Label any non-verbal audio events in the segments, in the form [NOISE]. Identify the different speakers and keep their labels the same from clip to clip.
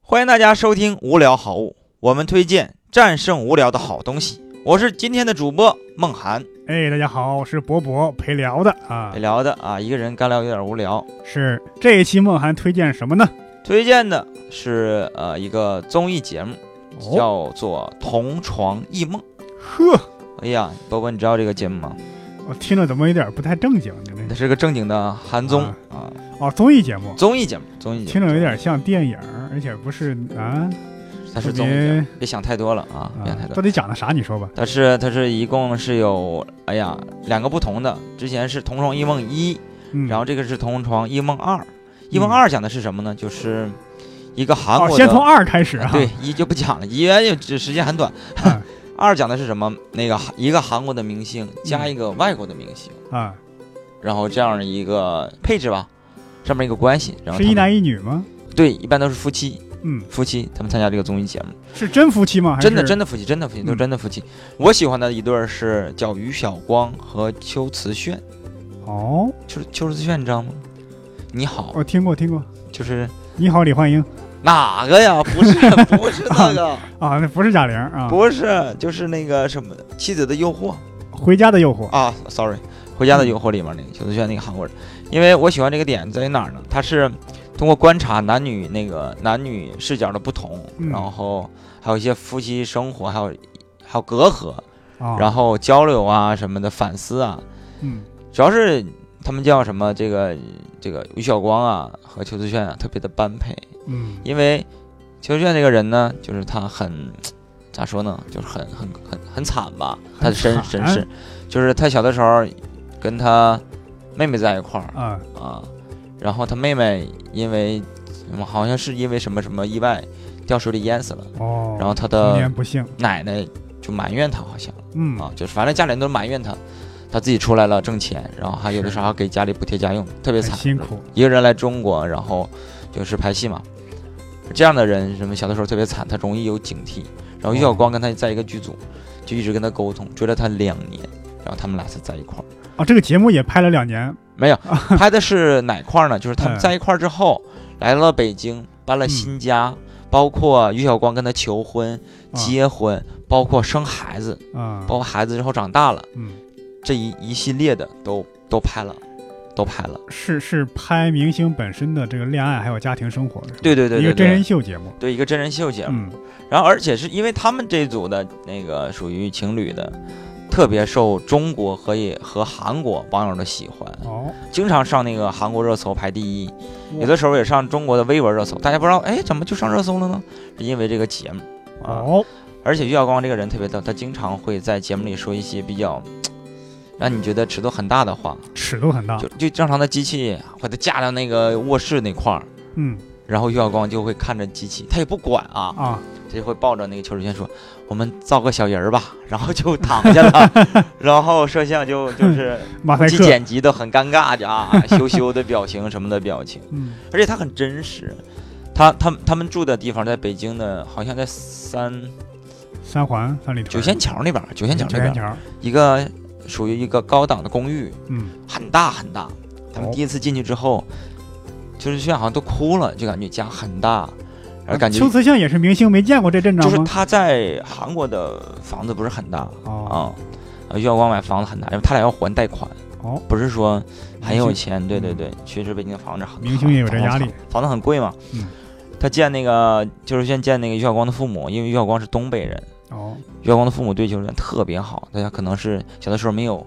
Speaker 1: 欢迎大家收听《无聊好物》，我们推荐战胜无聊的好东西。我是今天的主播梦涵，
Speaker 2: 哎，大家好，我是博博陪聊的啊
Speaker 1: 北，聊的啊，一个人干聊有点无聊，
Speaker 2: 是这一期梦涵推荐什么呢？
Speaker 1: 推荐的是呃一个综艺节目，
Speaker 2: 哦，
Speaker 1: 叫做《同床异梦》。
Speaker 2: 呵，
Speaker 1: 哎呀，波波，你知道这个节目吗？
Speaker 2: 我听着怎么有点不太正经呢？
Speaker 1: 它是个正经的韩综
Speaker 2: 啊
Speaker 1: 啊，
Speaker 2: 这哦，综艺节目，
Speaker 1: 综艺节目，综艺节
Speaker 2: 听
Speaker 1: 目，
Speaker 2: 着有点像电影儿，而且不是啊，
Speaker 1: 它
Speaker 2: 特
Speaker 1: 是综艺节目
Speaker 2: 别，
Speaker 1: 别想太多了啊，别想
Speaker 2: 啊
Speaker 1: 太，多
Speaker 2: 到。底讲的啥？你说吧。
Speaker 1: 它是它是一共是有哎呀两个不同的，之前是《同床异梦一》，
Speaker 2: 嗯，
Speaker 1: 然后这个是《同床异梦二》，《异梦二》讲的是什么呢？就是一个韩
Speaker 2: 哦，
Speaker 1: 国的，
Speaker 2: 先从二开始啊，
Speaker 1: 对一就不讲了，一也只时间很短。
Speaker 2: 啊
Speaker 1: [LAUGHS] 二讲的是什么？那个韩一个韩国的明星
Speaker 2: 嗯
Speaker 1: 加一个外国的明星，
Speaker 2: 啊，
Speaker 1: 然后这样的一个配置吧，这么一个关系。然后
Speaker 2: 是
Speaker 1: 他
Speaker 2: 一
Speaker 1: 们
Speaker 2: 男一女吗？
Speaker 1: 对，一般都是夫妻，
Speaker 2: 嗯，
Speaker 1: 夫妻他们参加这个综艺节目，
Speaker 2: 是真夫妻吗？还是
Speaker 1: 真的真的夫妻，真的夫妻都
Speaker 2: 嗯
Speaker 1: 真的夫妻。我喜欢的一对儿是叫于晓光和邱慈炫，
Speaker 2: 哦，
Speaker 1: 就是邱慈炫，你知道吗？你好，
Speaker 2: 我听过听过。
Speaker 1: 就是
Speaker 2: 你好，李焕英
Speaker 1: 哪个呀？不是，不是那个，
Speaker 2: [LAUGHS] 啊，那不是贾玲啊，
Speaker 1: 不是，就是那个什么《妻子的诱惑
Speaker 2: 回家的诱惑》
Speaker 1: 啊，sorry，《回家的诱惑》里面那个邱泽轩那个韩国人，因为我喜欢这个点在于哪儿呢？他是通过观察男女那个男女视角的不同，
Speaker 2: 嗯
Speaker 1: 然后还有一些夫妻生活，还有还有隔阂，
Speaker 2: 啊，
Speaker 1: 然后交流啊什么的，反思啊，
Speaker 2: 嗯，
Speaker 1: 主要是他们叫什么？这个这个于晓光啊和邱泽轩啊特别的般配，
Speaker 2: 嗯
Speaker 1: 因为邱炫这个人呢，就是他很咋说呢，就是很很很很惨吧，他的身
Speaker 2: 很惨
Speaker 1: 身世，就是他小的时候跟他妹妹在一块儿
Speaker 2: 啊，
Speaker 1: 啊，然后他妹妹因为嗯好像是因为什么什么意外掉水里淹死了，
Speaker 2: 哦，
Speaker 1: 然后他
Speaker 2: 童
Speaker 1: 的
Speaker 2: 年不幸，
Speaker 1: 奶奶就埋怨他好像
Speaker 2: 嗯
Speaker 1: 啊，就是反正家里人都埋怨他。他自己出来了挣钱，然后还有的
Speaker 2: 是
Speaker 1: 时候还给家里补贴家用，特别
Speaker 2: 很
Speaker 1: 惨，
Speaker 2: 辛苦，
Speaker 1: 一个人来中国，然后就是拍戏嘛。这样的人，什么小的时候特别惨，他容易有警惕。然后于晓光跟他在一个剧组，就一直跟他沟通，追了他两年，然后他们俩才在一
Speaker 2: [LAUGHS]
Speaker 1: 块儿。
Speaker 2: 啊，这个节目也拍了两年，
Speaker 1: 没有拍的是哪块儿呢？就是他们在一块儿之后，来了北京，搬了新家，
Speaker 2: 嗯
Speaker 1: 包括于晓光跟他求婚、
Speaker 2: 啊
Speaker 1: 结婚，包括生孩子，
Speaker 2: 啊
Speaker 1: 包，括孩子之后长大了，
Speaker 2: 嗯，
Speaker 1: 这一一系列的都都拍了，都拍了。
Speaker 2: 是是拍明星本身的这个恋爱还有家庭生活的，
Speaker 1: 对对对
Speaker 2: 一
Speaker 1: 对
Speaker 2: 个真人
Speaker 1: 对，
Speaker 2: 秀节目，
Speaker 1: 对一个真人秀节目。
Speaker 2: 嗯，
Speaker 1: 然后而且是因为他们这组的那个属于情侣的，特别受中国和也和韩国网友的喜欢，
Speaker 2: 哦，
Speaker 1: 经常上那个韩国热搜排第一，
Speaker 2: 哇
Speaker 1: 有的时候也上中国的微博热搜。大家不知道，哎，怎么就上热搜了呢？是因为这个节目啊。
Speaker 2: 哦，
Speaker 1: 而且于晓光这个人特别逗，他经常会在节目里说一些比较。让你觉得尺度很大的话，
Speaker 2: 尺度很大
Speaker 1: 就，就正常的机器把它架到那个卧室那块儿，
Speaker 2: 嗯
Speaker 1: 然后于晓光就会看着机器，他也不管啊，
Speaker 2: 啊，
Speaker 1: 他就会抱着那个邱志轩说：“我们造个小人儿吧。”然后就躺下
Speaker 2: [LAUGHS]
Speaker 1: 了，然后摄像就就是
Speaker 2: 马赛
Speaker 1: 去
Speaker 2: 克，
Speaker 1: 剪辑的很尴尬的啊，羞羞的表情什么的表情，
Speaker 2: 嗯，
Speaker 1: 而且他很真实。他他们他们住的地方在北京的，好像在三
Speaker 2: 三环三里屯，
Speaker 1: 九仙桥那边儿，九仙桥那
Speaker 2: 九
Speaker 1: 边
Speaker 2: 仙
Speaker 1: 儿
Speaker 2: 桥，
Speaker 1: 一个属于一个高档的公寓，
Speaker 2: 嗯，
Speaker 1: 很大很大。他们
Speaker 2: 哦
Speaker 1: 第一次进去之后，邱志轩好像都哭了，就感觉家很大，然后感觉
Speaker 2: 邱慈炫也是明星，没见过这阵
Speaker 1: 就
Speaker 2: 仗
Speaker 1: 是
Speaker 2: 吗？
Speaker 1: 他在韩国的房子不是很大，
Speaker 2: 哦
Speaker 1: 啊，于晓光买房子很难，因为他俩要还贷款，
Speaker 2: 哦，
Speaker 1: 不是说很有钱，对对
Speaker 2: 嗯
Speaker 1: 对，确实北京的房子很
Speaker 2: 明星也有这压力，
Speaker 1: 房子房子很贵嘛。
Speaker 2: 嗯
Speaker 1: 他见那个就是先见那个于晓光的父母，因为于晓光是东北人，
Speaker 2: 哦，
Speaker 1: 于晓光的父母对邱人特别好，大家可能是小的时候没有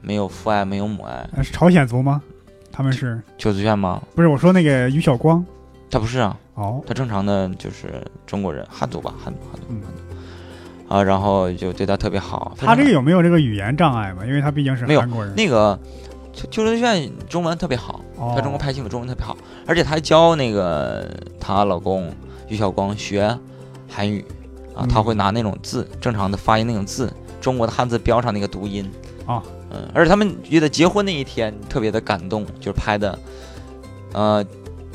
Speaker 1: 没有父爱，没有母爱。
Speaker 2: 呃是朝鲜族吗？他们是
Speaker 1: 邱子炫吗？
Speaker 2: 不是我说那个于晓光？
Speaker 1: 他不是啊，
Speaker 2: 哦，
Speaker 1: 他正常的就是中国人，汉族吧，汉族汉族
Speaker 2: 嗯
Speaker 1: 汉族啊，然后就对他特别好。非
Speaker 2: 他
Speaker 1: 常
Speaker 2: 这个有没有这个语言障碍嘛？因为他毕竟是
Speaker 1: 没有
Speaker 2: 韩国人，
Speaker 1: 那个邱邱泽炫中文特别好。
Speaker 2: 哦
Speaker 1: 在中国拍戏的中文特别好，而且她还教那个她老公于晓光学韩语啊，
Speaker 2: 嗯
Speaker 1: 她会拿那种字正常的发音那种字，中国的汉字标上那个读音
Speaker 2: 啊，
Speaker 1: 嗯，而且他们觉得结婚那一天特别的感动，就是拍的，呃，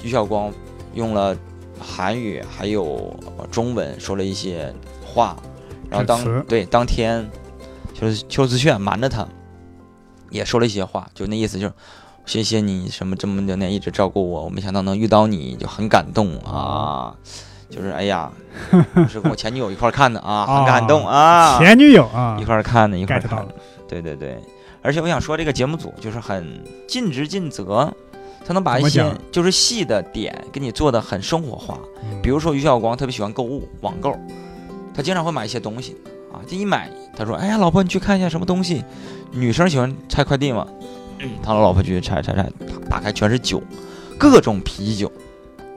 Speaker 1: 于晓光用了韩语还有中文说了一些话，然后
Speaker 2: 致辞
Speaker 1: 当对当天就是邱子炫瞒着他，也说了一些话，就那意思就是。谢
Speaker 2: [LAUGHS]
Speaker 1: 谢你什么这么多年一直照顾我，我没想到能遇到你就很感动啊，就是哎呀，我是跟我前女友一块儿看的
Speaker 2: [LAUGHS]
Speaker 1: 啊，
Speaker 2: 哦
Speaker 1: 很感动啊，
Speaker 2: 前女友啊
Speaker 1: 一，块儿看的，一块儿
Speaker 2: get
Speaker 1: 看
Speaker 2: 到
Speaker 1: 的
Speaker 2: 了，
Speaker 1: 对对对。而且我想说，这个节目组就是很尽职尽责，他能把
Speaker 2: 怎
Speaker 1: 一
Speaker 2: 么
Speaker 1: 些
Speaker 2: 讲
Speaker 1: 就是细的点给你做的很生活化。
Speaker 2: 嗯
Speaker 1: 比如说于晓光特别喜欢购物，网购，他经常会买一些东西啊，这一买，他说：“哎呀，老婆，你去看一下什么东西。”女生喜欢拆快递嘛，他老婆去拆拆拆，打打开全是酒，各种啤酒，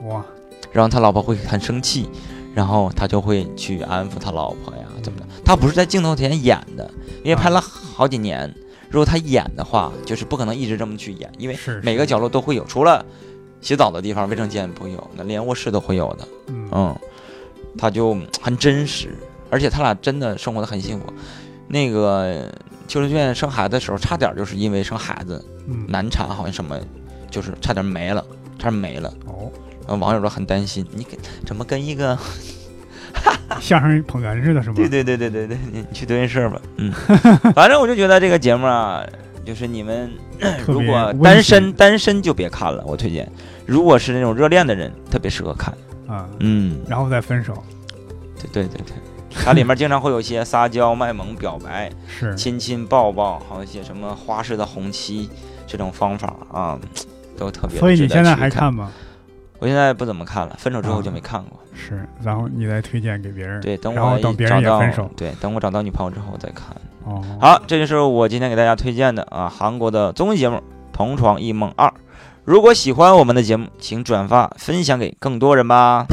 Speaker 2: 哇，
Speaker 1: 然后他老婆会很生气，然后他就会去安抚他老婆呀，怎么的？他不是在镜头前演的，因为拍了好几年，如果他演的话，就是不可能一直这么去演，因为
Speaker 2: 是
Speaker 1: 每个角落都会有，除了洗澡的地方、卫生间不会有，那连卧室都会有的。
Speaker 2: 嗯
Speaker 1: 嗯，他就很真实，而且他俩真的生活的很幸福。那个邱淑娟生孩子的时候，差点就是因为生孩子
Speaker 2: 嗯，
Speaker 1: 难产，好像什么，就是差点没了，差点没了。 [LAUGHS]
Speaker 2: 哦，
Speaker 1: 呃，网友都很担心，你跟怎么跟一个？？
Speaker 2: 嗯相声捧哏似的，是吗
Speaker 1: 对对对对对对，你你去德云社吧。嗯，反正我就觉得这个节目啊，就是你们
Speaker 2: 特
Speaker 1: 如
Speaker 2: 别
Speaker 1: 果
Speaker 2: 温
Speaker 1: 单
Speaker 2: 馨
Speaker 1: 身单身就别看了，我推荐。如果是那种热恋的人，特别适合看。
Speaker 2: 啊，
Speaker 1: 嗯，
Speaker 2: 然后再分手，
Speaker 1: 对对对对，它里面经常会有一些撒娇、卖萌、表白、
Speaker 2: 是
Speaker 1: 亲亲抱抱，还有一些什么花式的红漆这种方法啊，都特别。
Speaker 2: 所以你现在还
Speaker 1: 看？
Speaker 2: 看吗？
Speaker 1: 我现在不怎么看了，分手之后就没看过。
Speaker 2: 是，然后你再推荐给别人，
Speaker 1: 对，等
Speaker 2: 然后
Speaker 1: 我
Speaker 2: 等
Speaker 1: 一
Speaker 2: 别
Speaker 1: 找
Speaker 2: 人也
Speaker 1: 到
Speaker 2: 分手，
Speaker 1: 对，等我找到女朋友之后再看。
Speaker 2: 哦，
Speaker 1: 好，这就是我今天给大家推荐的啊，韩国的综艺节目《同床异梦二》。如果喜欢我们的节目，请转发分享给更多人吧。